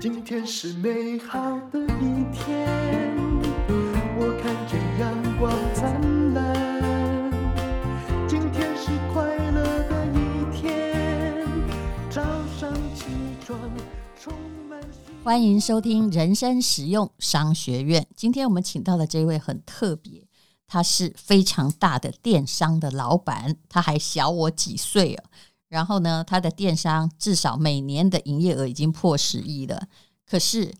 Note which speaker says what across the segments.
Speaker 1: 今天是美好的一天，我看见阳光灿烂。今天是快乐的一天，早上起床充满希
Speaker 2: 欢迎收听人生实用商学院。今天我们请到的这位很特别，他是非常大的电商的老板，他还小我几岁哦。然后呢，他的电商至少每年的营业额已经破十亿了。可是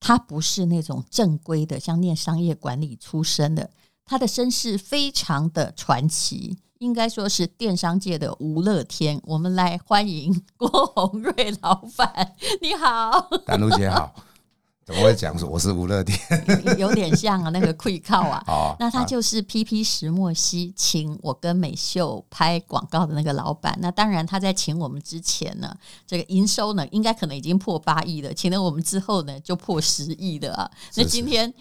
Speaker 2: 他不是那种正规的，像念商业管理出身的，他的身世非常的传奇，应该说是电商界的吴乐天。我们来欢迎郭宏瑞老板， 你好。
Speaker 3: 丹露姐好，怎么会讲说我是吴乐天？
Speaker 2: 有点像啊，那个 quick call 啊。
Speaker 3: 哦，
Speaker 2: 那他就是 PP 石墨烯请我跟美秀拍广告的那个老板。那当然，他在请我们之前呢，这个营收呢，应该可能已经破八亿了。请了我们之后呢，就破十亿的啊。那
Speaker 3: 是
Speaker 2: 今天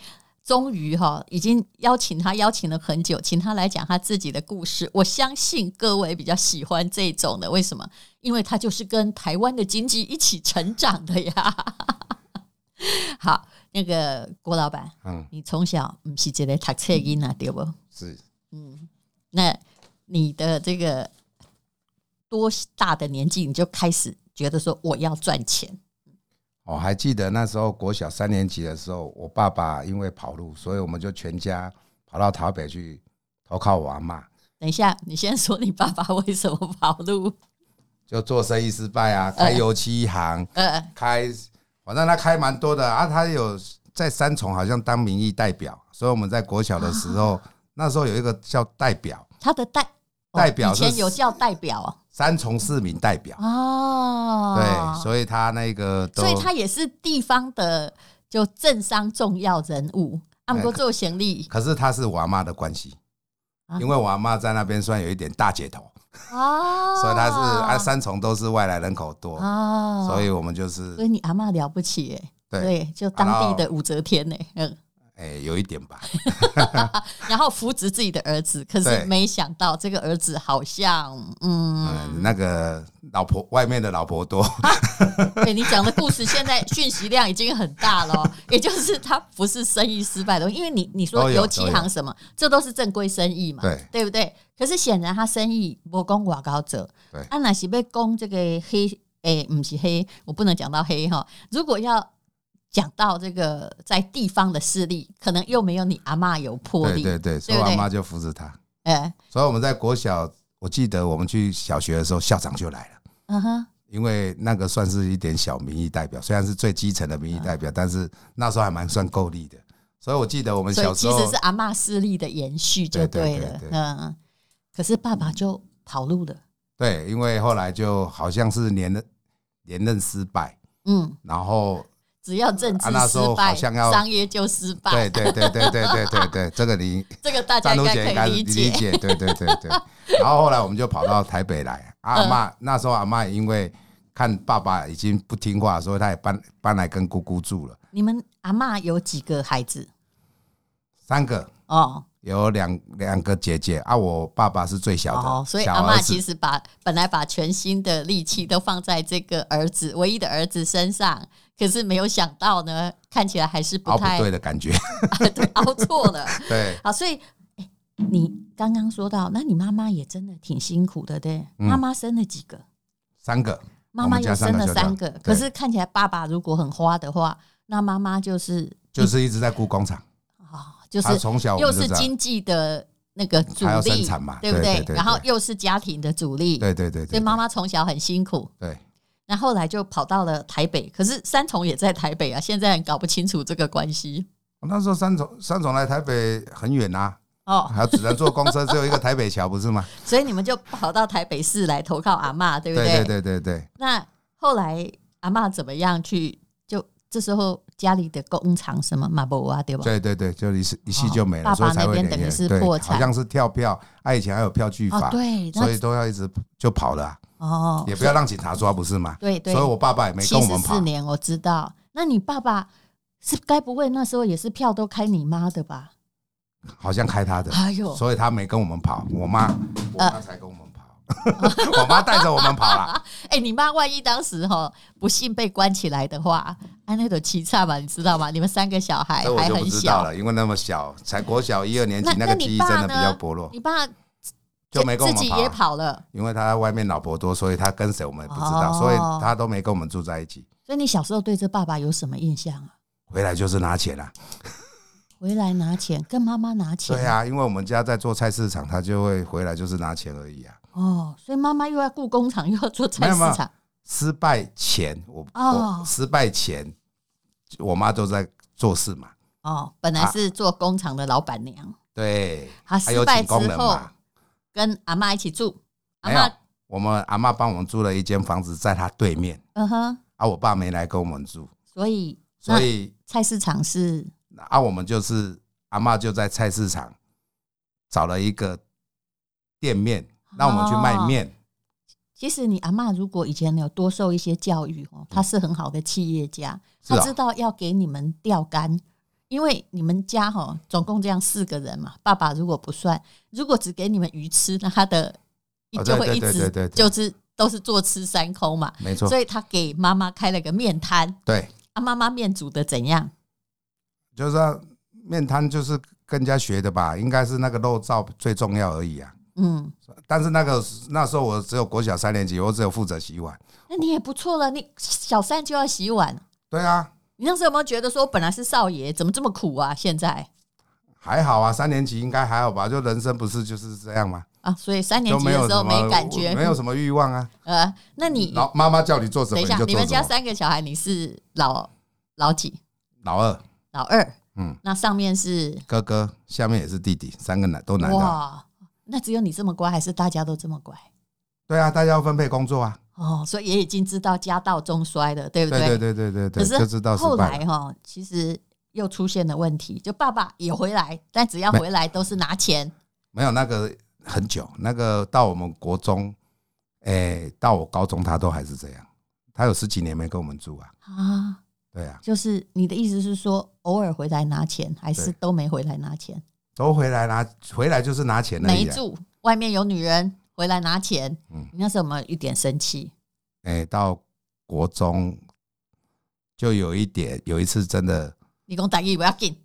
Speaker 2: 终于哈、已经邀请他邀请了很久，请他来讲他自己的故事。我相信各位比较喜欢这种的，为什么？因为他就是跟台湾的经济一起成长的呀。 好，那个郭老板，
Speaker 3: 嗯，
Speaker 2: 你从小不是一个读册囡仔对不？
Speaker 3: 是
Speaker 2: 那你的这个多大的年纪你就开始觉得说我要赚钱？
Speaker 3: 我哦还记得那时候国小三年级的时候，我爸爸因为跑路，所以我们就全家跑到台北去投靠我阿妈，
Speaker 2: 等一下，你先说你爸爸为什么跑路？
Speaker 3: 就做生意失败啊，开油漆行，
Speaker 2: 呃，
Speaker 3: 开反正他开蛮多的啊，他有在三重好像当民意代表，所以我们在国小的时候，
Speaker 2: 啊
Speaker 3: 那时候有一个叫代表，
Speaker 2: 他的代哦
Speaker 3: 代表
Speaker 2: 以
Speaker 3: 是
Speaker 2: 前有叫代表啊
Speaker 3: 三重市民代表，
Speaker 2: 哦，
Speaker 3: 对，所以他那个都
Speaker 2: 所以他也是地方的就政商重要人物。阿姆哥做行李
Speaker 3: 哎可是他是我阿妈的关系
Speaker 2: 啊，
Speaker 3: 因为我阿妈在那边算有一点大姐头，
Speaker 2: 哦，
Speaker 3: 所以他是啊三重都是外来人口多，
Speaker 2: 哦，
Speaker 3: 所以我们就是
Speaker 2: 所以你阿嬷了不起耶，
Speaker 3: 对
Speaker 2: 就当地的武则天呢，嗯，
Speaker 3: 哎、有一点吧，
Speaker 2: 然后扶植自己的儿子，可是
Speaker 3: 对
Speaker 2: 没想到这个儿子好像，嗯，
Speaker 3: 嗯，那个老婆外面的老婆多，
Speaker 2: 对你讲的故事，现在讯息量已经很大了哦，也就是他不是生意失败的，因为你你说
Speaker 3: 都有
Speaker 2: 油漆
Speaker 3: 都
Speaker 2: 行
Speaker 3: 有
Speaker 2: 什么，这都是正规生意嘛，
Speaker 3: 对
Speaker 2: 不对？可是显然他生意不供广告者，
Speaker 3: 对
Speaker 2: 啊，那是被供这个黑，诶，不是黑，我不能讲到黑哈，如果要。讲到这个在地方的势力，可能又没有你阿嬷有魄
Speaker 3: 对
Speaker 2: 力，
Speaker 3: 对对，所以我阿妈就扶持他，
Speaker 2: 哎，
Speaker 3: 所以我们在国小，我记得我们去小学的时候，校长就来了。
Speaker 2: 嗯哼，
Speaker 3: 因为那个算是一点小民意代表，虽然是最基层的民意代
Speaker 2: 啊
Speaker 3: 表，但是那时候还蛮算够力的。所以我记得我们
Speaker 2: 所以
Speaker 3: 小时
Speaker 2: 其
Speaker 3: 候
Speaker 2: 实是阿嬷势力的延续就
Speaker 3: 对对
Speaker 2: 了，
Speaker 3: 对对
Speaker 2: 嗯，可是爸爸就跑路了，
Speaker 3: 对，因为后来就好像是连任连任失败，
Speaker 2: 嗯，
Speaker 3: 然后
Speaker 2: 只要政治
Speaker 3: 啊那时
Speaker 2: 失
Speaker 3: 候
Speaker 2: 败，
Speaker 3: 好像要
Speaker 2: 商业就失败，
Speaker 3: 对对对对对对对对，这个你
Speaker 2: 这 个大家
Speaker 3: 张
Speaker 2: 应
Speaker 3: 璐
Speaker 2: 该
Speaker 3: 姐应
Speaker 2: 可
Speaker 3: 该
Speaker 2: 以理
Speaker 3: 理
Speaker 2: 解。
Speaker 3: 解，对对对对。然后后来我们就跑到台北来，啊
Speaker 2: 嗯
Speaker 3: 阿妈那时候阿妈因为看爸爸已经不听话，所以她也搬搬来跟姑姑住了，
Speaker 2: 你们阿嬷有几个孩子？
Speaker 3: 三个
Speaker 2: 哦，
Speaker 3: 有两两个姐姐啊，我爸爸是最小的，
Speaker 2: 哦，所以
Speaker 3: 小
Speaker 2: 阿
Speaker 3: 儿
Speaker 2: 嬷
Speaker 3: 子
Speaker 2: 其实把本来把全心的力气都放在这个儿子唯一的儿子身上，可是没有想到呢，看起来还是不
Speaker 3: 熬不
Speaker 2: 太
Speaker 3: 对的感觉，
Speaker 2: 对凹错了。
Speaker 3: 对，
Speaker 2: 好，所以、哎你刚刚说到，那你妈妈也真的挺辛苦的，对？妈妈生了几个？
Speaker 3: 三个，
Speaker 2: 妈妈
Speaker 3: 嗯我们
Speaker 2: 又
Speaker 3: 家
Speaker 2: 生了
Speaker 3: 就这样
Speaker 2: 三个，
Speaker 3: 对
Speaker 2: 可是看起来爸爸如果很花的话，那妈妈就是
Speaker 3: 就是一直在雇工厂，
Speaker 2: 啊、就是
Speaker 3: 他从小我
Speaker 2: 又
Speaker 3: 们就是这样，嗯
Speaker 2: 经济的那个阻
Speaker 3: 还要
Speaker 2: 力
Speaker 3: 生产嘛，
Speaker 2: 不
Speaker 3: 对
Speaker 2: 对？
Speaker 3: 对对
Speaker 2: 然后
Speaker 3: 对
Speaker 2: 又是家庭的阻力，
Speaker 3: 对对对
Speaker 2: 所
Speaker 3: 对，
Speaker 2: 以妈妈从小很辛苦。
Speaker 3: 对。
Speaker 2: 那后来就跑到了台北，可是三重也在台北啊，现在很搞不清楚这个关系
Speaker 3: 我那时候三重三重来台北很远啊，
Speaker 2: 哦，
Speaker 3: 还只能坐公车，只有一个台北桥，不是吗？
Speaker 2: 所以你们就跑到台北市来投靠阿嬷， 对不
Speaker 3: 对对对对对，
Speaker 2: 那后来阿嬷怎么样去？就这时候家里的工厂什么马博啊，对吧？
Speaker 3: 对对对，就一系一系
Speaker 2: 哦
Speaker 3: 就没
Speaker 2: 爸
Speaker 3: 了，所以
Speaker 2: 爸
Speaker 3: 才
Speaker 2: 那
Speaker 3: 会
Speaker 2: 边
Speaker 3: 连
Speaker 2: 等于
Speaker 3: 夜
Speaker 2: 是
Speaker 3: 对
Speaker 2: 破，产
Speaker 3: 好像是跳票，啊，以前还有票据
Speaker 2: 哦
Speaker 3: 法，，
Speaker 2: 对，
Speaker 3: 所
Speaker 2: 那
Speaker 3: 以都要一直就跑了啊，
Speaker 2: 哦，
Speaker 3: 也不要让警察抓，不是吗？
Speaker 2: 对对
Speaker 3: 所以，我爸爸也没跟
Speaker 2: 七
Speaker 3: 我
Speaker 2: 十
Speaker 3: 们跑
Speaker 2: 四，年我知道。那你爸爸是该不会那时候也是票都开你妈的吧？
Speaker 3: 好像开他的，
Speaker 2: 哎呦，呃
Speaker 3: 所以他没跟我们跑，我妈我妈才跟我们跑。 我妈带着我们跑了。
Speaker 2: 哎、你妈万一当时哈不幸被关起来的话，安那种凄惨嘛，你知道吗？你们三个小孩
Speaker 3: 这我
Speaker 2: 还
Speaker 3: 就不
Speaker 2: 很
Speaker 3: 知道
Speaker 2: 小，
Speaker 3: 了，因为那么小，才国小一二年级，
Speaker 2: 那
Speaker 3: 个
Speaker 2: 那你
Speaker 3: 记忆
Speaker 2: 爸
Speaker 3: 真的比
Speaker 2: 呢
Speaker 3: 较薄弱，
Speaker 2: 你爸
Speaker 3: 就没跟
Speaker 2: 自
Speaker 3: 我们
Speaker 2: 己
Speaker 3: 跑
Speaker 2: 也
Speaker 3: 啊。
Speaker 2: 跑了，
Speaker 3: 因为他在外面老婆多，所以他跟谁我们也不知道，
Speaker 2: 哦
Speaker 3: 所以他都没跟我们住在一起。
Speaker 2: 所以你小时候对这爸爸有什么印象啊？
Speaker 3: 回来就是拿钱啊，
Speaker 2: 回来拿钱，跟妈妈拿钱，
Speaker 3: 对啊，因为我们家在做菜市场，他就会回来就是拿钱而已啊。
Speaker 2: 哦，所以妈妈又要雇工厂，又要做菜市
Speaker 3: 没有没
Speaker 2: 场，
Speaker 3: 失败前，我、
Speaker 2: 哦
Speaker 3: 我失败前，我妈都在做事嘛，
Speaker 2: 哦，本来是做工厂的老板娘，
Speaker 3: 对，
Speaker 2: 她
Speaker 3: 还
Speaker 2: 啊失
Speaker 3: 有
Speaker 2: 败
Speaker 3: 请
Speaker 2: 之
Speaker 3: 工人
Speaker 2: 后
Speaker 3: 嘛，
Speaker 2: 跟阿妈一起住，阿
Speaker 3: 没有
Speaker 2: 妈，
Speaker 3: 我们阿妈帮我们租了一间房子在她对面，
Speaker 2: 嗯哼，
Speaker 3: 啊，我爸没来跟我们住，
Speaker 2: 所以那
Speaker 3: 所以
Speaker 2: 菜市场是
Speaker 3: 啊，我们就是阿妈就在菜市场找了一个店面，
Speaker 2: 哦
Speaker 3: 让我们去卖面。
Speaker 2: 其实你阿嬷如果以前有多受一些教育哦，她是很好的企业家，
Speaker 3: 嗯是啊
Speaker 2: 她知道要给你们钓竿，因为你们家哈、哦、总共这样四个人嘛，爸爸如果不算，如果只给你们鱼吃，那他的
Speaker 3: 哦
Speaker 2: 就
Speaker 3: 对
Speaker 2: 会
Speaker 3: 对
Speaker 2: 一
Speaker 3: 对
Speaker 2: 直
Speaker 3: 对对对
Speaker 2: 就是都是坐吃山空嘛，
Speaker 3: 没错
Speaker 2: 所，以他给妈妈开了个面摊，
Speaker 3: 对，
Speaker 2: 啊，妈妈面煮的怎样？
Speaker 3: 就是说面摊就是跟人家学的吧，应该是那个肉燥最重要而已啊。
Speaker 2: 嗯，
Speaker 3: 但是那个那时候我只有国小三年级，我只有负责洗碗。
Speaker 2: 那你也不错了，你小三就要洗碗，
Speaker 3: 对啊，
Speaker 2: 你那时候有没有觉得说本来是少爷，怎么这么苦啊？现在
Speaker 3: 还好啊，三年级应该还好吧？就人生不是就是这样吗？
Speaker 2: 啊，所以三年
Speaker 3: 都
Speaker 2: 级
Speaker 3: 没有
Speaker 2: 的时候
Speaker 3: 什么
Speaker 2: 没感觉，
Speaker 3: 没有什么欲望 啊。
Speaker 2: 呃，那你
Speaker 3: 老妈妈叫你做什么
Speaker 2: 等一
Speaker 3: 你
Speaker 2: 下，
Speaker 3: 就哦
Speaker 2: 你
Speaker 3: 做
Speaker 2: 们家
Speaker 3: 什么。
Speaker 2: 三个小孩，你是老老几？
Speaker 3: 老二，
Speaker 2: 老二，
Speaker 3: 嗯，
Speaker 2: 那上面是
Speaker 3: 哥哥，下面也是弟弟，三个男都男的啊。
Speaker 2: 哇，那只有你这么乖，还是大家都这么乖？
Speaker 3: 对啊，大家要分配工作啊。
Speaker 2: 哦，所以也已经知道家道中衰了，对不
Speaker 3: 对对对对对，就
Speaker 2: 可
Speaker 3: 知
Speaker 2: 是
Speaker 3: 道失
Speaker 2: 后
Speaker 3: 败
Speaker 2: 来
Speaker 3: 了。
Speaker 2: 哈、其实又出现了问题，就爸爸也回来，但只要回来都是拿钱，
Speaker 3: 没有那个很久，那个到我们国中，诶、到我高中他都还是这样，他有十几年没跟我们住啊。
Speaker 2: 啊，
Speaker 3: 对啊，
Speaker 2: 就是你的意思是说，偶尔回来拿钱，还是
Speaker 3: 对
Speaker 2: 都没回来拿钱？
Speaker 3: 都回来拿回来就是拿钱而
Speaker 2: 没
Speaker 3: 已啊。
Speaker 2: 住，外面有女人回来拿钱，
Speaker 3: 嗯
Speaker 2: 你那时候有没有一点生气？
Speaker 3: 诶、哎到国中就有一点，有一次真的，
Speaker 2: 你讲大意不要紧，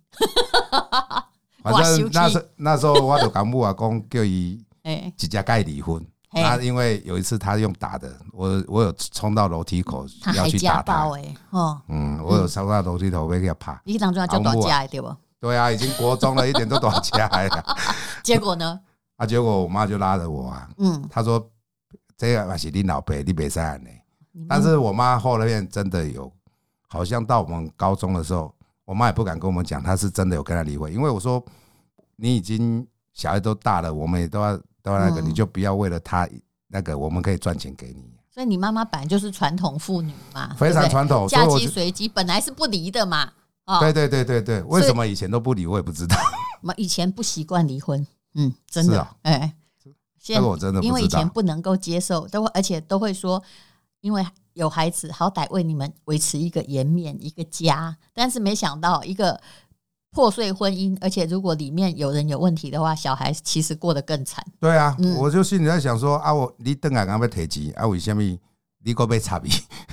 Speaker 3: 反
Speaker 2: 哇生气
Speaker 3: 正那时那时候我就讲母啊，公 叫伊
Speaker 2: 哎、
Speaker 3: 几家盖离婚。
Speaker 2: 嘿
Speaker 3: 那因为有一次他用打的，我我有冲到楼梯口
Speaker 2: 他
Speaker 3: 要
Speaker 2: 还
Speaker 3: 去
Speaker 2: 家
Speaker 3: 打他
Speaker 2: 暴，哎、哦，
Speaker 3: 嗯，我有冲到楼梯口被他怕，
Speaker 2: 你当初要叫打架的对不？
Speaker 3: 对啊，已经国中 了，一点都躲起来了。
Speaker 2: 结果呢？
Speaker 3: 啊，结果我妈就拉着我啊，
Speaker 2: 嗯，
Speaker 3: 她说：“这个还是你老爸，你别这样呢。
Speaker 2: 你”们
Speaker 3: 但是我妈后面真的有，好像到我们高中的时候，我妈也不敢跟我们讲，她是真的有跟她离婚，因为我说你已经小孩都大了，我们也都要都要那个，
Speaker 2: 嗯
Speaker 3: 你就不要为了他那个，我们可以赚钱给你，
Speaker 2: 所以你妈妈本来就是传统妇女嘛，
Speaker 3: 非常
Speaker 2: 对不对
Speaker 3: 传统。所以
Speaker 2: 嫁
Speaker 3: 我
Speaker 2: 鸡
Speaker 3: 就
Speaker 2: 随鸡，本来是不离的嘛。哦，
Speaker 3: 对对对对对，为什么以前都不理我也不知道，
Speaker 2: 我以前不习惯离婚，嗯，真的，
Speaker 3: 是啊
Speaker 2: 哎、
Speaker 3: 这
Speaker 2: 现
Speaker 3: 个我真的
Speaker 2: 因
Speaker 3: 不
Speaker 2: 为以
Speaker 3: 知
Speaker 2: 前
Speaker 3: 道。
Speaker 2: 不能够接受，都会而且都会说，因为有孩子，好歹为你们维持一个颜面，一个家。但是没想到一个破碎婚姻，而且如果里面有人有问题的话，小孩其实过得更惨。
Speaker 3: 对啊，
Speaker 2: 嗯
Speaker 3: 我就心里在想说啊，我你邓啊，刚被提及啊，为什么你个被插鼻？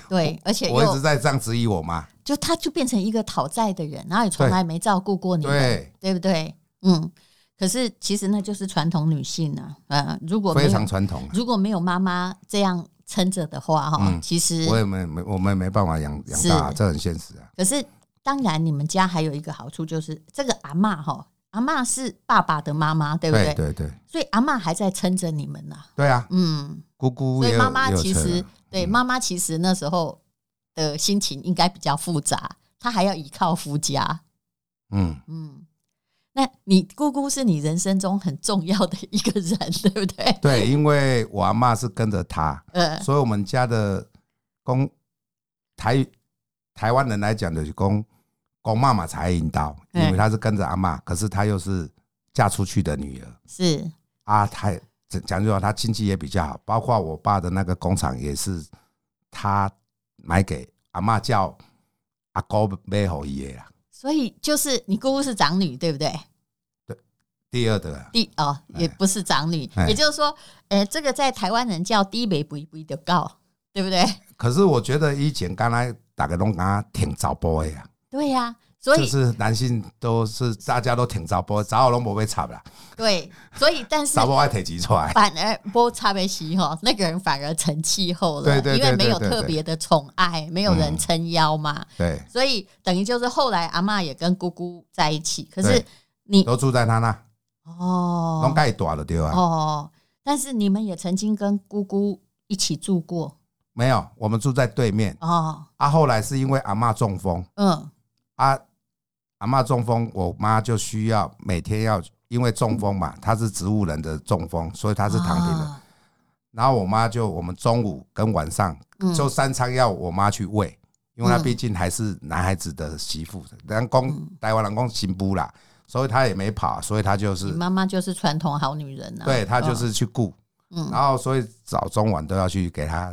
Speaker 2: 对，而且
Speaker 3: 我一直
Speaker 2: 又
Speaker 3: 在这样质疑我妈。
Speaker 2: 就他就变成一个讨债的人，然后也从
Speaker 3: 对
Speaker 2: 来没照顾过你们。
Speaker 3: 对，
Speaker 2: 对不对？嗯，可是其实那就是传统女性啊，呃，如果没
Speaker 3: 非
Speaker 2: 有
Speaker 3: 常传统啊，
Speaker 2: 如果没有妈妈这样撑着的话，哈、
Speaker 3: 嗯
Speaker 2: 其实
Speaker 3: 我也没没我们没办法养养
Speaker 2: 是
Speaker 3: 大啊，这很现实啊。
Speaker 2: 可是当然，你们家还有一个好处就是这个阿嬷哈，阿嬷是爸爸的妈妈，对不对？
Speaker 3: 对对对
Speaker 2: 所以阿嬷还在撑着你们呐、
Speaker 3: 对啊，
Speaker 2: 嗯，
Speaker 3: 姑姑
Speaker 2: 所
Speaker 3: 也
Speaker 2: 以
Speaker 3: 有
Speaker 2: 妈妈
Speaker 3: 也有嗯
Speaker 2: 其
Speaker 3: 车啊
Speaker 2: 实对妈妈其实那时候的心情应该比较复杂，她还要依靠夫家。
Speaker 3: 嗯，
Speaker 2: 嗯，那你姑姑是你人生中很重要的一个人，对不对？
Speaker 3: 对，因为我阿妈是跟着她，
Speaker 2: 呃，
Speaker 3: 所以我们家的公台台湾人来讲就是公公妈妈才引导，因为
Speaker 2: 嗯
Speaker 3: 她是跟着阿妈，可是她又是嫁出去的女儿
Speaker 2: 是
Speaker 3: 啊，她讲讲句话，她经济也比较好，包括我爸的那个工厂也是她买给阿妈叫阿哥买给伊的啦。
Speaker 2: 所以就是你姑姑是长女，对不对？
Speaker 3: 第二的啊，
Speaker 2: 第哦，也不是长女，
Speaker 3: 哎
Speaker 2: 也就是说，呃，这个在台湾人叫低眉不不的告，对不对？
Speaker 3: 可是我觉得以前刚来打个龙啊，挺早播的呀、
Speaker 2: 对呀、所
Speaker 3: 就
Speaker 2: 以
Speaker 3: 是男性都是大家都挺早播，早龙不会差啦，
Speaker 2: 对，所以但是
Speaker 3: 早播爱提及出来，
Speaker 2: 反而波差梅西哈，那个人反而成气候了，
Speaker 3: 对对
Speaker 2: 因
Speaker 3: 对
Speaker 2: 为没有
Speaker 3: 对对对嗯
Speaker 2: 特别的宠爱，没有人撑腰嘛，
Speaker 3: 对，
Speaker 2: 所以等于就是后来阿嬷也跟姑姑在一起，可是
Speaker 3: 对
Speaker 2: 你
Speaker 3: 都住在他那，龙
Speaker 2: 哦
Speaker 3: 盖大了对啊吧？
Speaker 2: 哦，但是你们也曾经跟姑姑一起住过
Speaker 3: 没有，我们住在对面。
Speaker 2: 哦，
Speaker 3: 啊，后来是因为阿嬷中风，
Speaker 2: 嗯
Speaker 3: 啊，阿嬷中风，我妈就需要每天要，因为中风嘛，她是植物人的中风，所以她是躺平的。
Speaker 2: 啊
Speaker 3: 然后我妈就我们中午跟晚上
Speaker 2: 嗯
Speaker 3: 就三餐要我妈去喂，因为她毕竟还是男孩子的媳妇，人
Speaker 2: 嗯
Speaker 3: 工台湾人工行不啦，所以她也没跑，所以她就
Speaker 2: 你
Speaker 3: 是
Speaker 2: 妈妈就是传统好女人啊，
Speaker 3: 对她就
Speaker 2: 嗯
Speaker 3: 是去顾，
Speaker 2: 嗯
Speaker 3: 然后所以早中晚都要去给她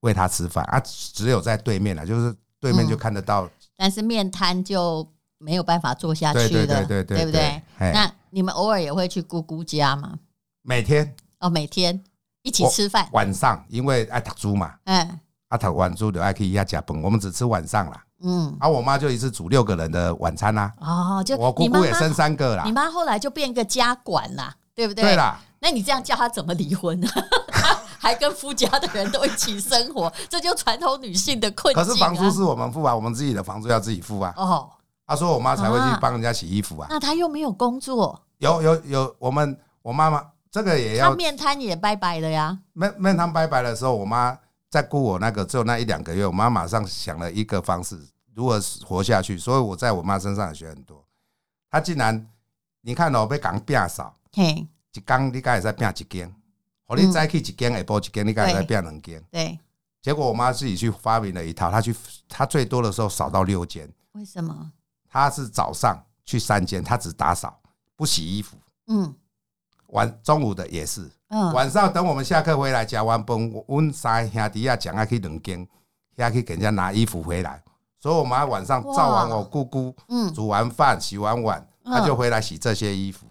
Speaker 3: 喂她吃饭啊，只有在对面了，就是对
Speaker 2: 嗯
Speaker 3: 面就看得到，
Speaker 2: 但是面摊就没有办法做下去了，
Speaker 3: 对对对对
Speaker 2: 不
Speaker 3: 对哎
Speaker 2: 对？？
Speaker 3: 嘿
Speaker 2: 那你们偶尔也会去姑姑家嘛？
Speaker 3: 每天
Speaker 2: 哦，每天一起
Speaker 3: 我
Speaker 2: 吃饭，
Speaker 3: 晚上因为爱读书嘛，
Speaker 2: 嗯
Speaker 3: 啊读晚书就爱去家吃饭，我们只吃晚上啦，
Speaker 2: 嗯，
Speaker 3: 啊我妈就一次煮六个人的晚餐啦、
Speaker 2: 哦，就
Speaker 3: 我姑
Speaker 2: 你妈
Speaker 3: 姑
Speaker 2: 妈
Speaker 3: 也生三个啦
Speaker 2: 你，妈后来就变个家管啦，对不对？
Speaker 3: 对啦，
Speaker 2: 那你这样叫她怎么离婚呢？ 她还跟夫家的人都一起生活， 这就传统女性的困境、
Speaker 3: 可
Speaker 2: 啊。
Speaker 3: 是房租是我们付啊，我们自己的房租要自己付啊。
Speaker 2: 哦，
Speaker 3: 他说我妈才会
Speaker 2: 啊
Speaker 3: 去帮人家洗衣服啊。
Speaker 2: 那她又没有工作，
Speaker 3: 有有有，我们我妈妈这个也
Speaker 2: 她
Speaker 3: 要
Speaker 2: 面摊也拜拜了呀。
Speaker 3: 面面谈拜拜的时候，我妈在雇我那个只有那一两个月，我妈马上想了一个方式，如何活下去。所以我在我妈身上也学很多。她竟然你看哦，被港变少，
Speaker 2: 嘿，
Speaker 3: 一缸你敢会使变一间，和你早起一间，下晡一间，你
Speaker 2: 嗯
Speaker 3: 敢会使变两间。
Speaker 2: 对，
Speaker 3: 结果我妈自己去发明了一套，她去她最多的时候少到六间。
Speaker 2: 为什么？
Speaker 3: 他是早上去三间，他只打扫不洗衣服，
Speaker 2: 嗯
Speaker 3: 晚中午的也是，
Speaker 2: 嗯，
Speaker 3: 晚上等我们下课回来吃完饭，我阮三兄弟啊讲啊去两间，遐去给人家拿衣服回来，所以我妈晚上
Speaker 2: 哇
Speaker 3: 照完我姑姑
Speaker 2: 嗯，
Speaker 3: 煮完饭洗完碗，
Speaker 2: 嗯
Speaker 3: 她就回来洗这些衣服，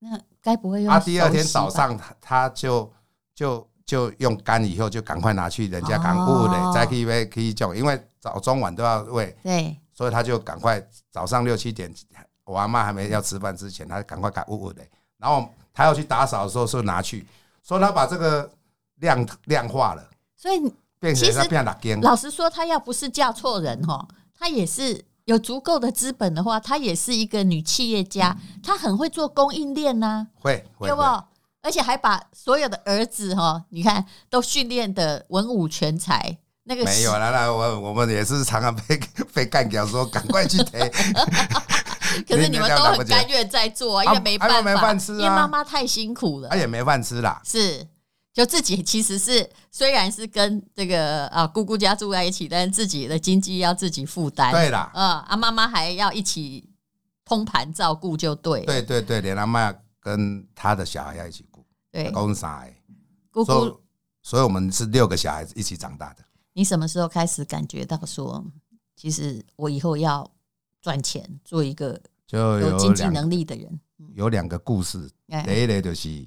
Speaker 2: 那该不会用
Speaker 3: 她第二
Speaker 2: 手
Speaker 3: 天
Speaker 2: 洗
Speaker 3: 早
Speaker 2: 吧
Speaker 3: 上她她就就。就用干以后就赶快拿去人家干
Speaker 2: 哦
Speaker 3: 物嘞，再去喂去种，因为早中晚都要喂，
Speaker 2: 对
Speaker 3: 所以他就赶快早上六七点，我阿妈还没要吃饭之前，他赶快赶呜呜的。然后他要去打扫的时候，是拿去，所以他把这个量量化了，
Speaker 2: 所以
Speaker 3: 变
Speaker 2: 其
Speaker 3: 成
Speaker 2: 实
Speaker 3: 他变哪间？
Speaker 2: 老实说，她要不是嫁错人哈，她也是有足够的资本的话，她也是一个女企业家，她很会做供应链呐、
Speaker 3: 会嗯会
Speaker 2: 对不
Speaker 3: 会，？
Speaker 2: 而且还把所有的儿子哈，你看都训练的文武全才。那个
Speaker 3: 没有啊啦，那我我们也是常常被被干掉，说赶快去推。
Speaker 2: 可是
Speaker 3: 你
Speaker 2: 你们
Speaker 3: 那
Speaker 2: 都
Speaker 3: 样了
Speaker 2: 很
Speaker 3: 不起
Speaker 2: 甘愿在做、啊，因为
Speaker 3: 啊
Speaker 2: 没
Speaker 3: 啊
Speaker 2: 办法，
Speaker 3: 没饭吃啊
Speaker 2: 因为妈妈太辛苦了。
Speaker 3: 他也没饭吃啦，
Speaker 2: 是，就自己其实是虽然是跟这个啊姑姑家住在一起，但是自己的经济要自己负担。
Speaker 3: 对啦，
Speaker 2: 嗯，啊，妈妈还要一起通盘照顾，就对了
Speaker 3: 对对对，连阿妈跟他的小孩要一起顾，
Speaker 2: 对，
Speaker 3: 公傻欸
Speaker 2: 姑
Speaker 3: 所以
Speaker 2: 姑，
Speaker 3: 所以我们是六个小孩子一起长大的。
Speaker 2: 你什么时候开始感觉到说，其实我以后要赚钱，做一个
Speaker 3: 就
Speaker 2: 有
Speaker 3: 有
Speaker 2: 经济
Speaker 3: 两
Speaker 2: 能力的人？嗯，
Speaker 3: 有两个故事，
Speaker 2: 哎，
Speaker 3: 第一个就是，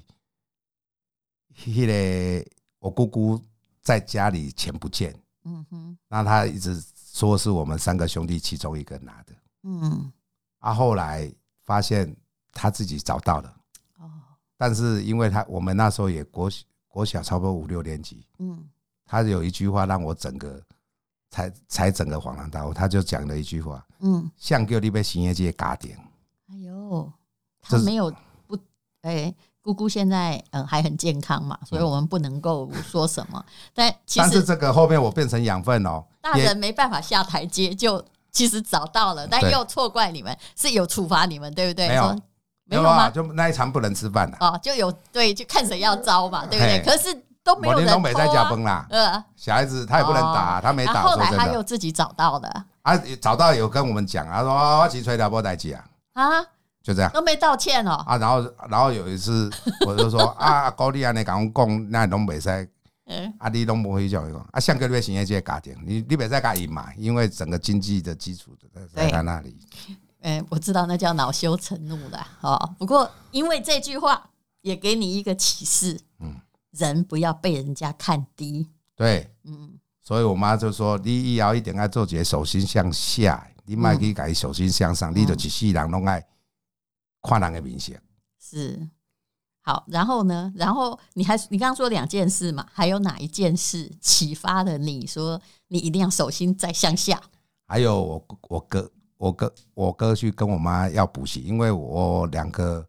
Speaker 3: 迄、个我姑姑在家里钱不见，
Speaker 2: 嗯哼，
Speaker 3: 那她一直说是我们三个兄弟其中一个拿的。
Speaker 2: 嗯，
Speaker 3: 啊，后来发现她自己找到了，
Speaker 2: 哦，
Speaker 3: 但是因为她我们那时候也国小国小差不多五六年级，
Speaker 2: 嗯，
Speaker 3: 她有一句话让我整个才才整个恍然大悟，她就讲了一句话：
Speaker 2: 嗯，
Speaker 3: 像叫你被行业界嘎点，
Speaker 2: 哎呦，
Speaker 3: 这
Speaker 2: 他
Speaker 3: 是
Speaker 2: 没有不，哎、姑姑现在嗯还很健康嘛，所以我们不能够说什么。 但其
Speaker 3: 嗯但是
Speaker 2: 实
Speaker 3: 这个后面我变成养分哦，
Speaker 2: 大
Speaker 3: 也
Speaker 2: 人没办法下台阶，就其实找到了，但
Speaker 3: 对
Speaker 2: 又错怪你们，是有处罚你们，对不对？
Speaker 3: 没有
Speaker 2: 说没有
Speaker 3: 啊
Speaker 2: 吗？
Speaker 3: 就那一场不能吃饭啊了，
Speaker 2: 哦，就有对，就看谁要招嘛，对不对？
Speaker 3: 嘿
Speaker 2: 可是都没有
Speaker 3: 我连
Speaker 2: 人
Speaker 3: 东北在
Speaker 2: 偷
Speaker 3: 家
Speaker 2: 啊
Speaker 3: 崩啦。
Speaker 2: 呃，
Speaker 3: 小孩子他也不能打，他没
Speaker 2: 然
Speaker 3: 打，
Speaker 2: 后后
Speaker 3: 说
Speaker 2: 来
Speaker 3: 真
Speaker 2: 他又
Speaker 3: 的。
Speaker 2: 自己找到了
Speaker 3: 啊，找到有跟我们讲啊，说啊我去吹打波代机啊，
Speaker 2: 啊，
Speaker 3: 就这样
Speaker 2: 都没道歉哦。
Speaker 3: 啊。然后然后有一次我就说 啊，高丽安你讲讲，那拢袂使，
Speaker 2: 嗯，
Speaker 3: 啊你拢不会讲啊，像个月行业界家庭，你你袂使甲伊买，因为整个经济的基础在在他那里。
Speaker 2: 哎，我知道那叫恼羞成怒啦。哦，不过因为这句话也给你一个启示，
Speaker 3: 嗯，
Speaker 2: 人不要被人家看低，
Speaker 3: 对，
Speaker 2: 嗯，
Speaker 3: 所以我妈就说：“你以后一定要做一个手心向下，你莫去改手心向上，你就一世人拢爱看人的面色。
Speaker 2: 是。好，然后呢？然后你还你刚刚说两件事嘛，还有哪一件事启发了你说你一定要手心再向下？
Speaker 3: 还有我我哥我哥我哥去跟我妈要补习，因为我两个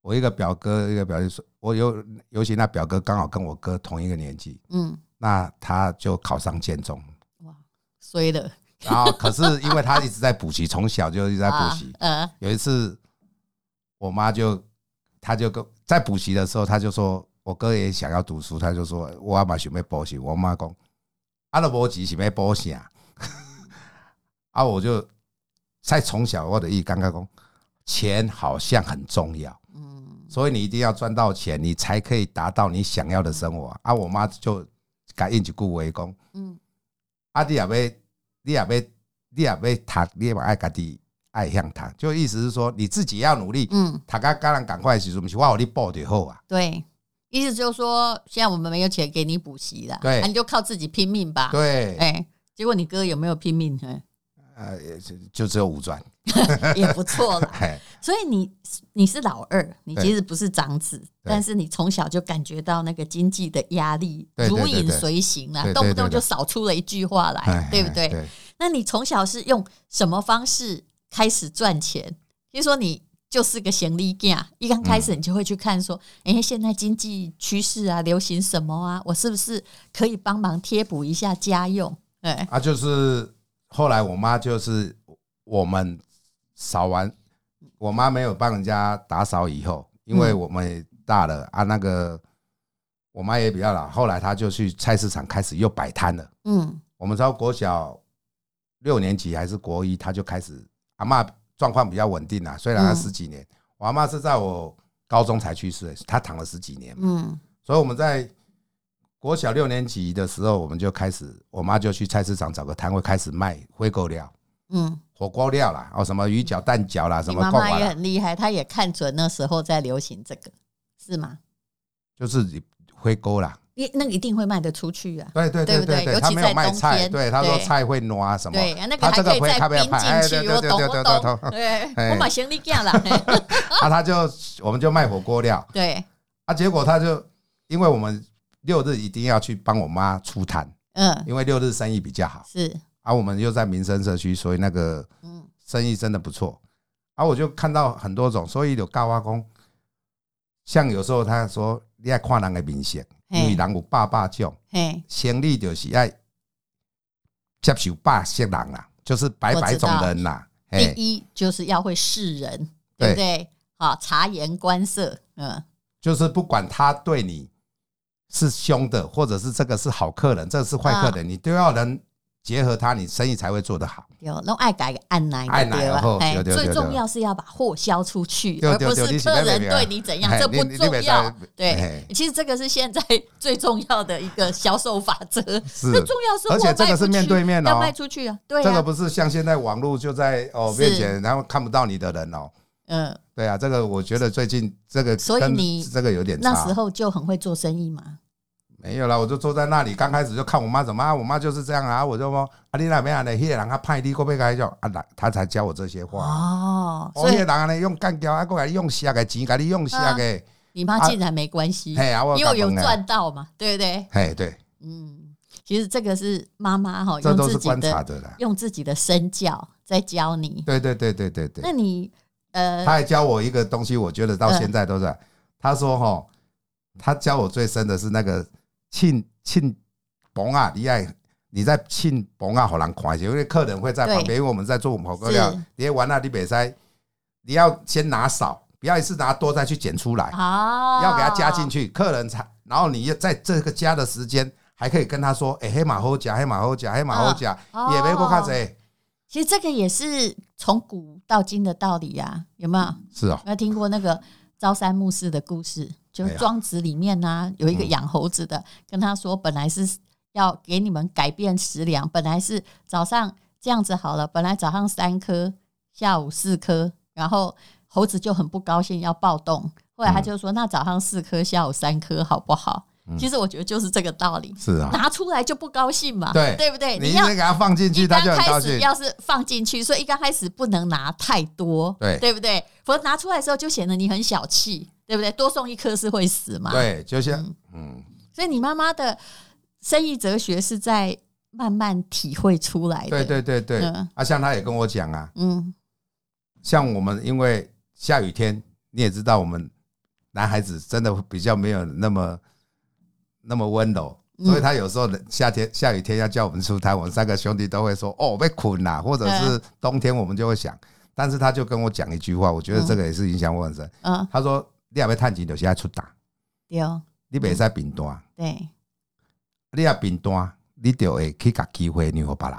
Speaker 3: 我一个表哥一个表弟说，我有尤其那表哥刚好跟我哥同一个年纪，
Speaker 2: 嗯，
Speaker 3: 那他就考上建中，
Speaker 2: 哇，衰了，
Speaker 3: 然后可是因为他一直在补习，从小就一直在补 习，
Speaker 2: 啊呃，
Speaker 3: 有一次，我妈就，她就跟在补习的时候，她就说，我哥也想要读书，她就说，我阿妈想要补习，我妈讲，阿都无钱想要补啥， 啊，我就在从小我的意刚刚讲，钱好像很重要，
Speaker 2: 嗯，
Speaker 3: 所以你一定要赚到钱，你才可以达到你想要的生活。啊，我妈就改应一句话讲，
Speaker 2: 嗯，
Speaker 3: 啊，你也要，你也要，你也要读，你也要爱家己爱向读，就意思是说你自己要努力，
Speaker 2: 嗯，
Speaker 3: 读到家人赶快时阵，不是我有你报就好啊。
Speaker 2: 对，意思就是说，现在我们没有钱给你补习了，
Speaker 3: 对
Speaker 2: 啊你就靠自己拼命吧。，
Speaker 3: 对，
Speaker 2: 哎、结果你哥有没有拼命？哎
Speaker 3: 呃，也是就只有五专，
Speaker 2: 也不错啦。
Speaker 3: 嘿
Speaker 2: 所以你你是老二，你其实不是长子，但是你从小就感觉到那个经济的压力
Speaker 3: 对对
Speaker 2: 如
Speaker 3: 对
Speaker 2: 影
Speaker 3: 对
Speaker 2: 随形啦，
Speaker 3: 对对
Speaker 2: 动不动
Speaker 3: 对对
Speaker 2: 就少出了一句话来
Speaker 3: 嘿，
Speaker 2: 对不对？
Speaker 3: 对，
Speaker 2: 那你从小是用什么方式开始赚钱？听说你就是个行李架，一刚开始
Speaker 3: 嗯
Speaker 2: 你就会去看说，哎、现在经济趋势啊，流行什么啊，我是不是可以帮忙贴补一下家用？哎，
Speaker 3: 啊，就是后来我妈就是我们扫完，我妈没有帮人家打扫以后，因为我们也大了啊，那个我妈也比较老，后来她就去菜市场开始又摆摊了。
Speaker 2: 嗯
Speaker 3: 我们到国小六年级还是国一，她就开始阿妈状况比较稳定啦、虽然她
Speaker 2: 嗯
Speaker 3: 十几年，我阿妈是在我高中才去世的，她躺了十几年嘛。
Speaker 2: 嗯
Speaker 3: 所以我们在国小六年级的时候，我们就开始，我妈就去菜市场找个摊位开始卖回购料、
Speaker 2: 嗯，
Speaker 3: 火锅料啦，哦，什么鱼饺、蛋饺啦，什
Speaker 2: 你
Speaker 3: 么
Speaker 2: 妈
Speaker 3: 贡
Speaker 2: 妈
Speaker 3: 丸
Speaker 2: 也
Speaker 3: 啦，
Speaker 2: 很厉害，她也看准那时候在流行这个，是吗？
Speaker 3: 就是回购啦。
Speaker 2: 一那个一定会卖得出去啊！
Speaker 3: 对对
Speaker 2: 对不对
Speaker 3: 对
Speaker 2: 尤
Speaker 3: 对，
Speaker 2: 其
Speaker 3: 他没有
Speaker 2: 在
Speaker 3: 卖
Speaker 2: 冬
Speaker 3: 菜，
Speaker 2: 天
Speaker 3: 对，他说
Speaker 2: 对
Speaker 3: 菜会挪啊什么
Speaker 2: 对，啊，那个
Speaker 3: 他
Speaker 2: 还
Speaker 3: 这个
Speaker 2: 可以
Speaker 3: 会
Speaker 2: 再
Speaker 3: 他
Speaker 2: 冰
Speaker 3: 没有拍，哎，
Speaker 2: 进
Speaker 3: 对
Speaker 2: 去，
Speaker 3: 对
Speaker 2: 我
Speaker 3: 对
Speaker 2: 懂
Speaker 3: 对
Speaker 2: 我
Speaker 3: 对对
Speaker 2: 懂。
Speaker 3: 对，
Speaker 2: 对，
Speaker 3: 哎
Speaker 2: 我买行李架了。嘿
Speaker 3: 啊，他就我们就卖火锅料
Speaker 2: 对，
Speaker 3: 啊，结果他就因为我们六日一定要去帮我妈出摊，
Speaker 2: 嗯，
Speaker 3: 因为六日生意比较好。
Speaker 2: 是，
Speaker 3: 啊，我们又在民生社区，所以那个
Speaker 2: 嗯
Speaker 3: 生意真的不错。啊，我就看到很多种，所以有高阿公，像有时候他说你爱看人的面色，因为
Speaker 2: 嘿
Speaker 3: 人有百百种，
Speaker 2: 嘿，
Speaker 3: 生理就是爱接受百色人啦，就是百百种人啦。
Speaker 2: 第
Speaker 3: 嘿，
Speaker 2: 一就是要会识人，对不
Speaker 3: 哎对
Speaker 2: 对？好，察言观色，嗯，
Speaker 3: 就是不管他对你是凶的，或者是这个是好客人，这个是坏
Speaker 2: 啊
Speaker 3: 客人，你都要能结合他，你生意才会做得好。
Speaker 2: 有弄爱改按奶就
Speaker 3: 爱奶
Speaker 2: 对了
Speaker 3: 哦
Speaker 2: 嘿
Speaker 3: 对对对
Speaker 2: 最
Speaker 3: 对
Speaker 2: 重要是要把货销出去，
Speaker 3: 对
Speaker 2: 而
Speaker 3: 对
Speaker 2: 不
Speaker 3: 对
Speaker 2: 是
Speaker 3: 你是
Speaker 2: 客
Speaker 3: 要
Speaker 2: 人
Speaker 3: 怎么
Speaker 2: 对
Speaker 3: 样
Speaker 2: 你怎样，
Speaker 3: 嘿
Speaker 2: 这
Speaker 3: 你
Speaker 2: 不
Speaker 3: 你
Speaker 2: 重
Speaker 3: 不
Speaker 2: 要
Speaker 3: 能。
Speaker 2: 对
Speaker 3: 嘿，
Speaker 2: 其实这个是现在最重要的一个销售法则。
Speaker 3: 是
Speaker 2: 最重要是货
Speaker 3: 而且这个
Speaker 2: 卖出
Speaker 3: 是
Speaker 2: 去
Speaker 3: 面对面哦
Speaker 2: 要卖出去啊，对
Speaker 3: 这个
Speaker 2: 啊，
Speaker 3: 不是像现在网络就在哦
Speaker 2: 是
Speaker 3: 面前，然后看不到你的人哦。
Speaker 2: 嗯，
Speaker 3: 对啊，这个我觉得最近这个
Speaker 2: 所以
Speaker 3: 跟
Speaker 2: 你
Speaker 3: 这个有点差。
Speaker 2: 那时候就很会做生意嘛。
Speaker 3: 没有啦，我就坐在那里，刚开始就看我妈怎么啊，我妈就是这样啊，我就说啊，你那边啊，那些人他派你过被开叫啊，来他才教我这些话。
Speaker 2: 哦，
Speaker 3: 哦，
Speaker 2: 所
Speaker 3: 那
Speaker 2: 以
Speaker 3: 人呢用干掉啊，过来用下个钱，给你用下个，
Speaker 2: 你妈
Speaker 3: 啊
Speaker 2: 进来没关系，
Speaker 3: 嘿啊，我
Speaker 2: 因为
Speaker 3: 感
Speaker 2: 有
Speaker 3: 动的，
Speaker 2: 赚到嘛，对不对？
Speaker 3: 嘿对，
Speaker 2: 嗯，其实这个是妈妈哈，
Speaker 3: 这
Speaker 2: 用
Speaker 3: 都
Speaker 2: 自
Speaker 3: 是
Speaker 2: 己
Speaker 3: 观察
Speaker 2: 的
Speaker 3: 的啦。
Speaker 2: 用自己的身教在教你。
Speaker 3: 对对对对对对。
Speaker 2: 那你呃
Speaker 3: 他，还教我一个东西，我觉得到现在都在。他说哈，他教我最深的是那个庆庆崩啊，你爱你在庆崩啊，好难看一些，因为客人会在旁边，
Speaker 2: 对
Speaker 3: 因为我们在做火锅料
Speaker 2: 是，
Speaker 3: 你玩啊，你别塞，你要先拿少，不要一次拿多再去捡出来，
Speaker 2: 啊，
Speaker 3: 要给他加进
Speaker 2: 去。
Speaker 3: 去，客人才，然后你要在这个加的时间。还可以跟他说：“哎、黑马后甲，黑马后甲，黑马后甲，
Speaker 2: 哦
Speaker 3: 也没过看谁
Speaker 2: 其实这个也是从古到今的道理呀、有没有？
Speaker 3: 是哦
Speaker 2: 有，没有听过那个朝三暮四的故事？就是
Speaker 3: 哎呀
Speaker 2: 庄子里面呢、有一个养猴子的，跟他说本来是要给你们改变食粮，本来是早上这样子好了，本来早上三颗，下午四颗，然后猴子就很不高兴要暴动，后
Speaker 3: 嗯
Speaker 2: 来他就说、那早上四颗，下午三颗好不好？其实我觉得就是这个道理，
Speaker 3: 是啊，
Speaker 2: 拿出来就不高兴嘛，
Speaker 3: 对
Speaker 2: 不对？
Speaker 3: 你
Speaker 2: 哎你
Speaker 3: 一
Speaker 2: 要
Speaker 3: 直给它放进去，
Speaker 2: 一
Speaker 3: 它
Speaker 2: 刚
Speaker 3: 就很高
Speaker 2: 开
Speaker 3: 兴
Speaker 2: 始。要是放进去，所以一刚开始不能拿太多，
Speaker 3: 对
Speaker 2: 对不对？否则拿出来的时候就显得你很小气，对不对？多送一颗是会死嘛，
Speaker 3: 对，就像嗯，
Speaker 2: 所以你妈妈的生意哲学是在慢慢体会出来的。
Speaker 3: 对对对对
Speaker 2: 嗯，
Speaker 3: 啊，像他也跟我讲啊，
Speaker 2: 嗯，
Speaker 3: 像我们因为下雨天，你也知道，我们男孩子真的比较没有那么那么温柔，
Speaker 2: 嗯
Speaker 3: 所以他有时候夏天下雨天要叫我们出摊，我们三个兄弟都会说哦被困啦，或者
Speaker 2: 嗯
Speaker 3: 是冬天我们就会想，但是他就跟我讲一句话，我觉得这
Speaker 2: 嗯
Speaker 3: 个也是影响我很深。
Speaker 2: 啊，
Speaker 3: 他说：“你也要趁钱，就现在出打，
Speaker 2: 对哦，
Speaker 3: 你袂使平单，
Speaker 2: 对
Speaker 3: 你要平单，你就会去给机会让给别人，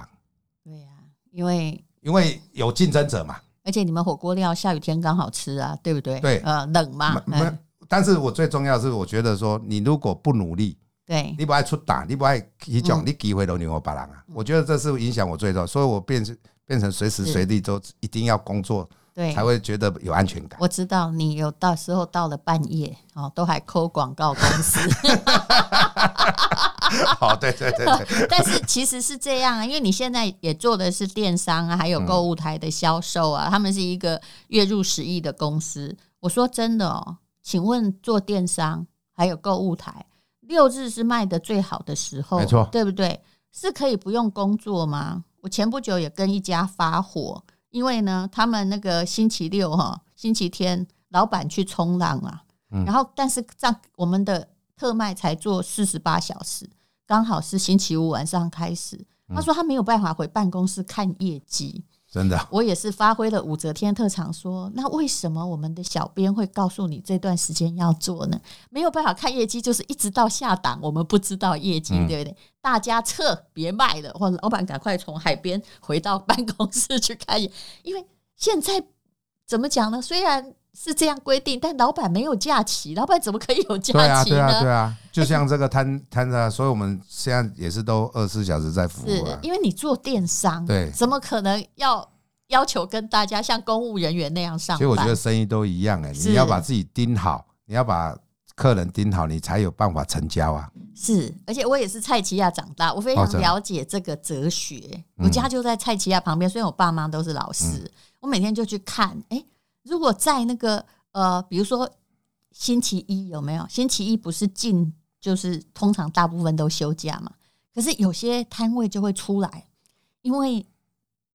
Speaker 2: 对呀、因为
Speaker 3: 因为有竞争者嘛。
Speaker 2: 而且你们火锅料下雨天刚好吃啊，对不对？
Speaker 3: 对
Speaker 2: 呃，冷嘛，
Speaker 3: 没没
Speaker 2: 嗯，
Speaker 3: 但是我最重要的是，我觉得说，你如果不努力，
Speaker 2: 对，
Speaker 3: 你不爱出打，你不爱去
Speaker 2: 嗯
Speaker 3: 讲，你机会都留给别人啊。我觉得这是影响我最重要，所以我变成变成随时随地都一定要工作，
Speaker 2: 对
Speaker 3: 才。会觉得有安全 感。
Speaker 2: 我知道你有到时候到了半夜哦，都还抠广告公司，
Speaker 3: 好，哦对对对对，
Speaker 2: 但是其实是这样啊，因为你现在也做的是电商啊，还
Speaker 3: 嗯
Speaker 2: 有购物台的销售啊，他们是一个月入十亿的公司。我说真的哦，请问做电商还有购物台，六日是卖的最好的时候，
Speaker 3: 没错
Speaker 2: 对不对？是可以不用工作吗？我前不久也跟一家发火，因为呢，他们那个星期六哈、星期天老板去冲浪啊，
Speaker 3: 嗯
Speaker 2: 然后但是这样我们的特卖才做四十八小时，刚好是星期五晚上开始。
Speaker 3: 嗯
Speaker 2: 他说他没有办法回办公室看业绩，
Speaker 3: 真的
Speaker 2: 我也是发挥了武则天特长说，那为什么我们的小编会告诉你这段时间要做呢？没有办法看业绩，就是一直到下档，我们不知道业绩，
Speaker 3: 嗯
Speaker 2: 对不对？大家撤，别卖了，或老板赶快从海边回到办公室去看业，因为现在怎么讲呢？虽然是这样规定，但老板没有假期，老板怎么可以有
Speaker 3: 对啊
Speaker 2: 假期
Speaker 3: 对
Speaker 2: 呢？
Speaker 3: 啊对啊，就像这个摊摊啊，所以我们现在也是都二十四小时在服务
Speaker 2: 是
Speaker 3: 啊。
Speaker 2: 因为你做电商，
Speaker 3: 对
Speaker 2: 怎么可能要要求跟大家像公务人员那样上
Speaker 3: 其实我觉得
Speaker 2: 班？
Speaker 3: 生意都一样哎、
Speaker 2: 是
Speaker 3: 你要把自己盯好，你要把客人盯好，你才有办法成交啊。
Speaker 2: 是，而且我也是蔡奇亚长大，我非
Speaker 3: 哦
Speaker 2: 常
Speaker 3: 真的
Speaker 2: 了解这个哲学。
Speaker 3: 嗯
Speaker 2: 我家就在蔡奇亚旁边，虽然我爸妈都是老师，我每天就去看。哎、如果在那个呃，比如说星期一有没有？星期一不是进，就是通常大部分都休假嘛。可是有些摊位就会出来，因为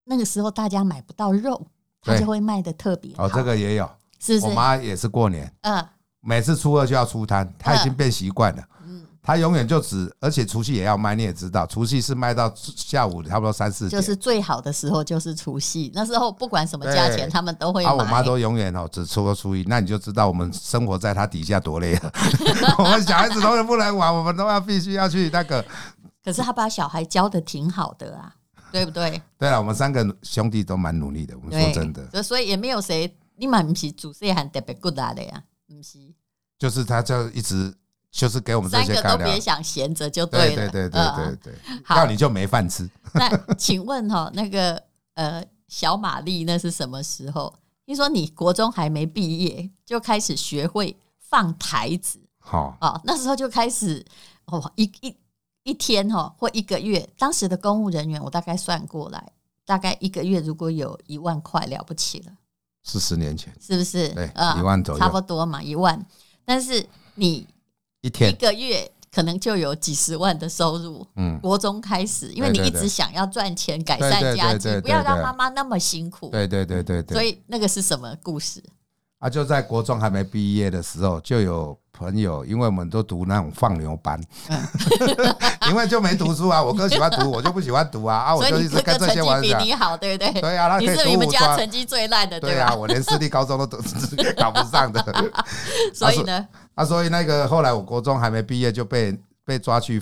Speaker 2: 那个时候大家买不到肉，它
Speaker 3: 对
Speaker 2: 就会卖的特别好。
Speaker 3: 哦，这个也有，
Speaker 2: 是不
Speaker 3: 我
Speaker 2: 是？
Speaker 3: 妈也是过年。
Speaker 2: 嗯
Speaker 3: 每次初二就要出摊，他已经变习惯了。
Speaker 2: 嗯，
Speaker 3: 他永远就只，而且除夕也要卖，你也知道，除夕是卖到下午差不多三四
Speaker 2: 就
Speaker 3: 点。
Speaker 2: 是最好的时候就是除夕，那时候不管什么价钱，
Speaker 3: 对
Speaker 2: 他们都会买。
Speaker 3: 啊，我妈
Speaker 2: 哎
Speaker 3: 都永远哦只出过初一，那你就知道我们生活在他底下 多累了。我们小孩子都不能玩，我们都要必须要去那个。
Speaker 2: 可是她把小孩教的挺好的 啊，对不对？
Speaker 3: 对了，我们三个兄弟都蛮努力的。我们说真的，
Speaker 2: 对，所以也没有谁，你嘛不是主事还特别 good 的呀，不是，
Speaker 3: 就是他就一直就是给我们这
Speaker 2: 三
Speaker 3: 些
Speaker 2: 个
Speaker 3: 干
Speaker 2: 都
Speaker 3: 粮
Speaker 2: 别。想闲着就了。
Speaker 3: 对对对对对
Speaker 2: 嗯
Speaker 3: 对，
Speaker 2: 好
Speaker 3: 要你就没饭吃。
Speaker 2: 那请问哈、那个呃，小玛丽那是什么时候？听说你国中还没毕业就开始学会放台子，
Speaker 3: 好，
Speaker 2: 哦，那时候就开始哦，一一一天哦，或一个月，当时的公务人员我大概算过来，大概一个月如果有一万块了不起了，
Speaker 3: 是十年前，
Speaker 2: 是不是？
Speaker 3: 对
Speaker 2: 啊，
Speaker 3: 一万左右
Speaker 2: 差不多嘛，一万。但是你
Speaker 3: 一
Speaker 2: 一
Speaker 3: 天，
Speaker 2: 个月可能就有几十万的收入。
Speaker 3: 嗯，
Speaker 2: 国中开始，因为你
Speaker 3: 对
Speaker 2: 一
Speaker 3: 对对
Speaker 2: 直想要赚钱改善
Speaker 3: 对对
Speaker 2: 家
Speaker 3: 对对
Speaker 2: 境，
Speaker 3: 对
Speaker 2: 不要让
Speaker 3: 对
Speaker 2: 妈妈那么辛苦。
Speaker 3: 对对对对对
Speaker 2: 所。以那个是什么故事？
Speaker 3: 啊，就在国中还没毕业的时候，就有朋友，因为我们都读那种放牛班，
Speaker 2: 嗯
Speaker 3: 因为就没读书啊。我哥喜欢读，我就不喜欢读啊。啊，我
Speaker 2: 所
Speaker 3: 就
Speaker 2: 以
Speaker 3: 一
Speaker 2: 你
Speaker 3: 直
Speaker 2: 哥哥
Speaker 3: 跟这
Speaker 2: 成
Speaker 3: 些玩
Speaker 2: 绩
Speaker 3: 家
Speaker 2: 比。你好，对不对？
Speaker 3: 对啊，他
Speaker 2: 你
Speaker 3: 可以
Speaker 2: 是
Speaker 3: 读
Speaker 2: 你们
Speaker 3: 五
Speaker 2: 家
Speaker 3: 专
Speaker 2: 成。绩最烂的，
Speaker 3: 对
Speaker 2: 吧？
Speaker 3: 啊，我连私立高中都读 考不上的
Speaker 2: 所以呢，
Speaker 3: 啊，所以那个后来我国中还没毕业就被被抓去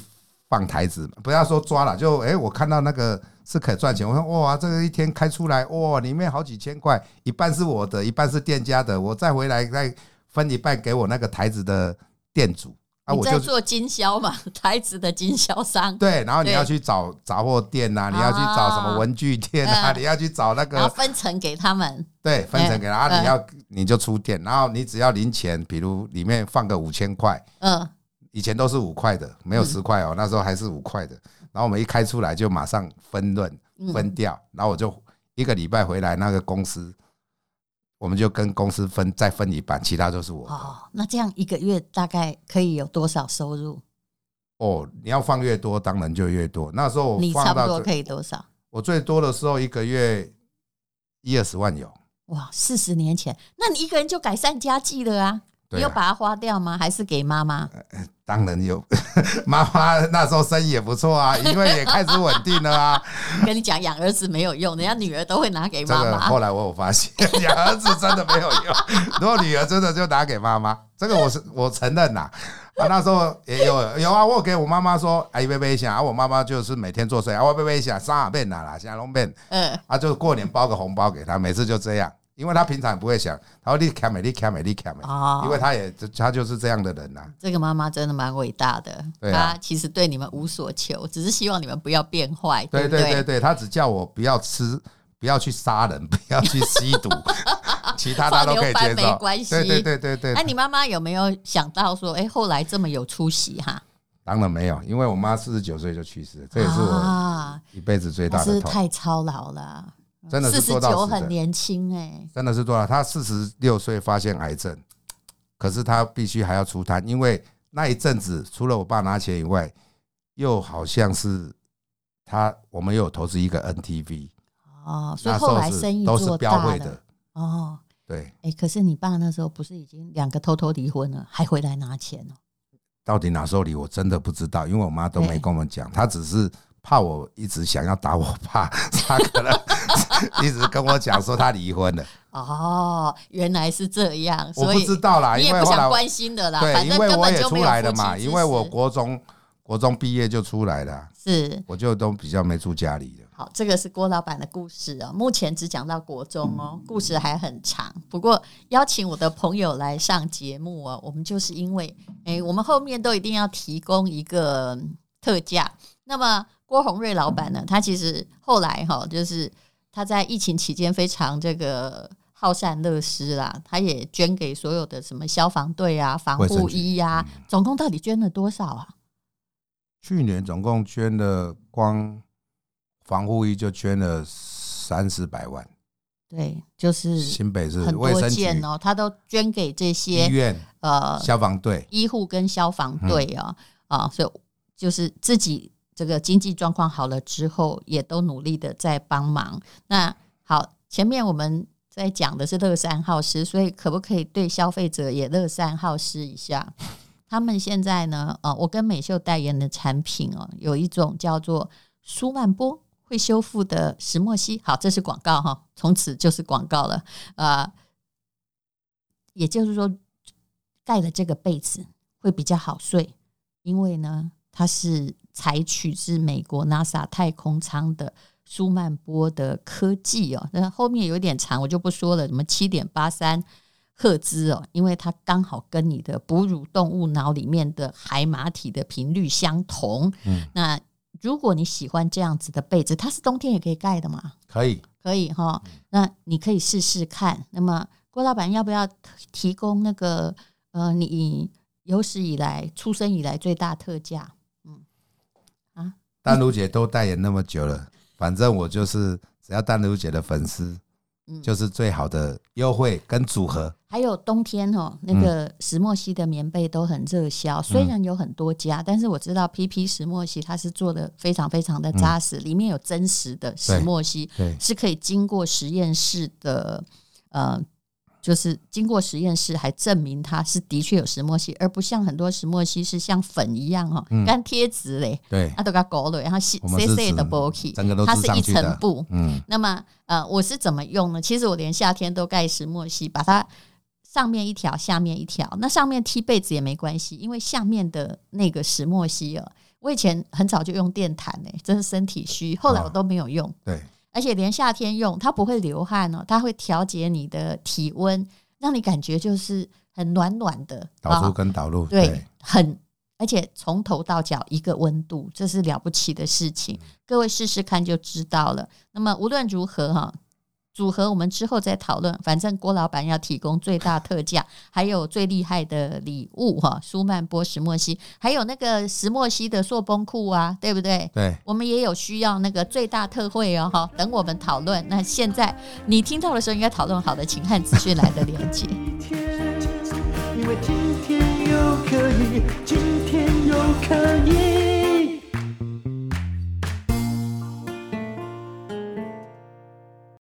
Speaker 3: 放台子，不要说抓了，就哎、我看到那个是可赚钱，我说哇，这个一天开出来哇，里面好几千块，一半是我的，一半是店家的，我再回来再分一半给我那个台子的店主啊，那
Speaker 2: 你
Speaker 3: 我
Speaker 2: 在
Speaker 3: 就是
Speaker 2: 做经销嘛， 台子的经销商，
Speaker 3: 对，然后你
Speaker 2: 对
Speaker 3: 要去找杂货店啊呐、你要去找什么文具店啊，
Speaker 2: 嗯
Speaker 3: 你要去找那
Speaker 2: 然后
Speaker 3: 个
Speaker 2: 分成给他们。
Speaker 3: 对分成给他，啊
Speaker 2: 嗯
Speaker 3: 你要你就出店，然后你只要零钱，比如里面放个五千块，
Speaker 2: 嗯，
Speaker 3: 以前都是五块的，没有十块哦，那时候还是五块的。然后我们一开出来就马上分论
Speaker 2: 嗯
Speaker 3: 分掉，然后我就一个礼拜回来，那个公司我们就跟公司分再分一半，其他就是我的。
Speaker 2: 哦，那这样一个月大概可以有多少收入？
Speaker 3: 哦，你要放越多，当然就越多。那时候我
Speaker 2: 你差
Speaker 3: 放
Speaker 2: 不多
Speaker 3: 到
Speaker 2: 可
Speaker 3: 最
Speaker 2: 以多少？
Speaker 3: 我最多的时候一个月一二十万有，
Speaker 2: 哇，四十年前，那你一个人就改善家计了啊？
Speaker 3: 对啊呃
Speaker 2: 你有把它花掉吗？还是给妈妈？
Speaker 3: 当然有。 妈妈那时候生意也不错啊，因为也开始稳定了啊。
Speaker 2: 跟你讲，养儿子没有用， 人家女儿都会拿给
Speaker 3: 这
Speaker 2: 妈
Speaker 3: 个
Speaker 2: 妈
Speaker 3: 后。来我有发现， 养儿子真的没有 用，如果女儿真的就拿给妈妈，这个我是我承认啦。啊，那时候也有有啊，我有给我妈妈说，哎，贝贝想，啊，我妈妈就是每天做水，啊，我贝贝想，三遍啦啦，想龙遍，
Speaker 2: 嗯，
Speaker 3: 啊，就是过年包个红包给她，每次就这样，因为她平常也不会想，她说你看美，你看美，你看美，
Speaker 2: 哦嗯
Speaker 3: 因为她也她就是这样的人呐、
Speaker 2: 这个妈妈真的蛮伟大的，
Speaker 3: 对啊
Speaker 2: 她其实对你们无所求，只是希望你们不要变坏，
Speaker 3: 对
Speaker 2: 不
Speaker 3: 对对对，她只叫我不要吃，不要去杀人， 不要去吸毒。 其他她都可以
Speaker 2: 放
Speaker 3: 接
Speaker 2: 牛班
Speaker 3: 受，
Speaker 2: 没关系
Speaker 3: 对对对对对。
Speaker 2: 那、你妈妈有没有想到说，哎、后来这么有出息哈？
Speaker 3: 当然没有，因为我妈四十九岁就去世了，这也是我
Speaker 2: 啊，
Speaker 3: 一辈子最大
Speaker 2: 真
Speaker 3: 的
Speaker 2: 是
Speaker 3: 痛，
Speaker 2: 太操劳了，
Speaker 3: 真的
Speaker 2: 四
Speaker 3: 是
Speaker 2: 十
Speaker 3: 做到
Speaker 2: 九
Speaker 3: 死
Speaker 2: 很
Speaker 3: 的，
Speaker 2: 年轻哎、
Speaker 3: 真的是做到。她四十六岁发现癌症，可是她必须还要出摊，因为那一阵子除了我爸拿钱以外，又好像是她我们又有投资一个 NTV，
Speaker 2: 哦，所以
Speaker 3: 那时
Speaker 2: 后
Speaker 3: 候
Speaker 2: 来
Speaker 3: 是
Speaker 2: 生意
Speaker 3: 都是
Speaker 2: 做
Speaker 3: 标
Speaker 2: 大
Speaker 3: 会
Speaker 2: 了
Speaker 3: 的，
Speaker 2: 哦。
Speaker 3: 对，
Speaker 2: 哎、可是你爸那时候不是已经两个偷偷离婚了，还回来拿钱哦？
Speaker 3: 到底哪时候离我真的不知道，因为我妈都
Speaker 2: 对
Speaker 3: 没跟我们讲，她只是怕我一直想要打我爸，她可能 一直跟我讲说她离婚了。
Speaker 2: 哦，原来是这样，
Speaker 3: 我
Speaker 2: 所
Speaker 3: 不
Speaker 2: 以
Speaker 3: 知道啦，
Speaker 2: 你
Speaker 3: 因
Speaker 2: 也
Speaker 3: 为
Speaker 2: 不
Speaker 3: 后来
Speaker 2: 想
Speaker 3: 我
Speaker 2: 关心的啦，
Speaker 3: 对，
Speaker 2: 反
Speaker 3: 因
Speaker 2: 正
Speaker 3: 为
Speaker 2: 根
Speaker 3: 我
Speaker 2: 本
Speaker 3: 也
Speaker 2: 就没
Speaker 3: 出
Speaker 2: 有
Speaker 3: 来了
Speaker 2: 夫妻
Speaker 3: 嘛，
Speaker 2: 之
Speaker 3: 因为我
Speaker 2: 实
Speaker 3: 国中国中毕业就出来了，
Speaker 2: 是
Speaker 3: 我就都比较没住家里了。
Speaker 2: 好，这个是郭老板的故事哦。目前只讲到国中哦，
Speaker 3: 嗯
Speaker 2: 故事还很长。不过邀请我的朋友来上节目哦，我们就是因为，诶，我们后面都一定要提供一个嗯特价。那么郭宏瑞老板呢，他其实后来哈、就是他在疫情期间非常这个好善乐施啦，他也捐给所有的什么消防队啊、防
Speaker 3: 卫生
Speaker 2: 护
Speaker 3: 局嗯
Speaker 2: 衣呀、总共到底捐了多少啊？
Speaker 3: 去年总共捐了光防护衣就捐了三四百万，
Speaker 2: 对，就是
Speaker 3: 新北市
Speaker 2: 嗯很
Speaker 3: 卫
Speaker 2: 多
Speaker 3: 生局、
Speaker 2: 件哦，他都捐给这些
Speaker 3: 医院、
Speaker 2: 呃
Speaker 3: 消防队，
Speaker 2: 医护跟消防队啊、啊，所以就是自己这个经济状况好了之后，也都努力的在帮忙。那好，前面我们在讲的是乐善好施，所以可不可以对消费者也乐善好施一下？他们现在呢，呃，我跟美秀代言的产品哦，有一种叫做舒曼波会修复的石墨烯，好，这是广告哈，从此就是广告了，呃，也就是说盖了这个被子会比较好睡，因为呢，它是采取自美国 NASA 太空舱的舒曼波的科技哦，那后面有点长，我就不说了，什么七点八三。赫兹哦，因为它刚好跟你的哺乳动物脑里面的海马体的频率相同。
Speaker 3: 嗯，
Speaker 2: 那如果你喜欢这样子的被子，它是冬天也可以盖的嘛？
Speaker 3: 可 以。
Speaker 2: 可以哈，那你可以试试看。那么郭老板要不要提供那个呃，你有史以来出生以来最大特价？
Speaker 3: 丹如姐都代言那么久了，反正我就是只要丹如姐的粉丝，
Speaker 2: 嗯
Speaker 3: 就是最好的优惠跟组合。
Speaker 2: 还有冬天哦，那个石墨烯的棉被都很热销，虽然有很多家，但是我知道 PP 石墨烯它是做的非常非常的扎实，里面有真实的石墨烯，
Speaker 3: 对，
Speaker 2: 是可以经过实验室的呃，就是经过实验室还证明它是的确有石墨烯，而不像很多石墨烯是像粉一样哦，
Speaker 3: 嗯
Speaker 2: 干贴纸嘞，
Speaker 3: 对，
Speaker 2: 啊都给它勾了，然后细
Speaker 3: 我们
Speaker 2: 碎
Speaker 3: 是
Speaker 2: 碎的
Speaker 3: 指
Speaker 2: b o k
Speaker 3: 整个都
Speaker 2: 它
Speaker 3: 织
Speaker 2: 是
Speaker 3: 上
Speaker 2: 一
Speaker 3: 去
Speaker 2: 层
Speaker 3: 的。
Speaker 2: 布。
Speaker 3: 嗯，
Speaker 2: 那么呃，我是怎么用呢？其实我连夏天都盖石墨烯，把它上面一条，下面一条。那上面踢被子也没关系，因为下面的那个石墨烯哦，我以前很早就用电毯嘞、真是身体虚。后来我
Speaker 3: 哦
Speaker 2: 都没有用。
Speaker 3: 对，
Speaker 2: 而且连夏天用，它不会流汗哦，它会调节你的体温，让你感觉就是很暖暖的
Speaker 3: 导出
Speaker 2: 啊
Speaker 3: 跟导入，
Speaker 2: 对，很而且从头到脚一个温度，这是了不起的事情。各位试试看就知道了。那么无论如何哈，组合我们之后再讨论。反正郭老板要提供最大特价，还有最厉害的礼物哈，舒曼波石墨烯，还有那个石墨烯的塑崩裤啊，对不对？
Speaker 3: 对，
Speaker 2: 我们也有需要那个最大特惠哦，哈，等我们讨论。那现在你听到的时候，应该讨论好的，请看资讯来的连接。
Speaker 1: 一天，因为今天又可以，今天又可以。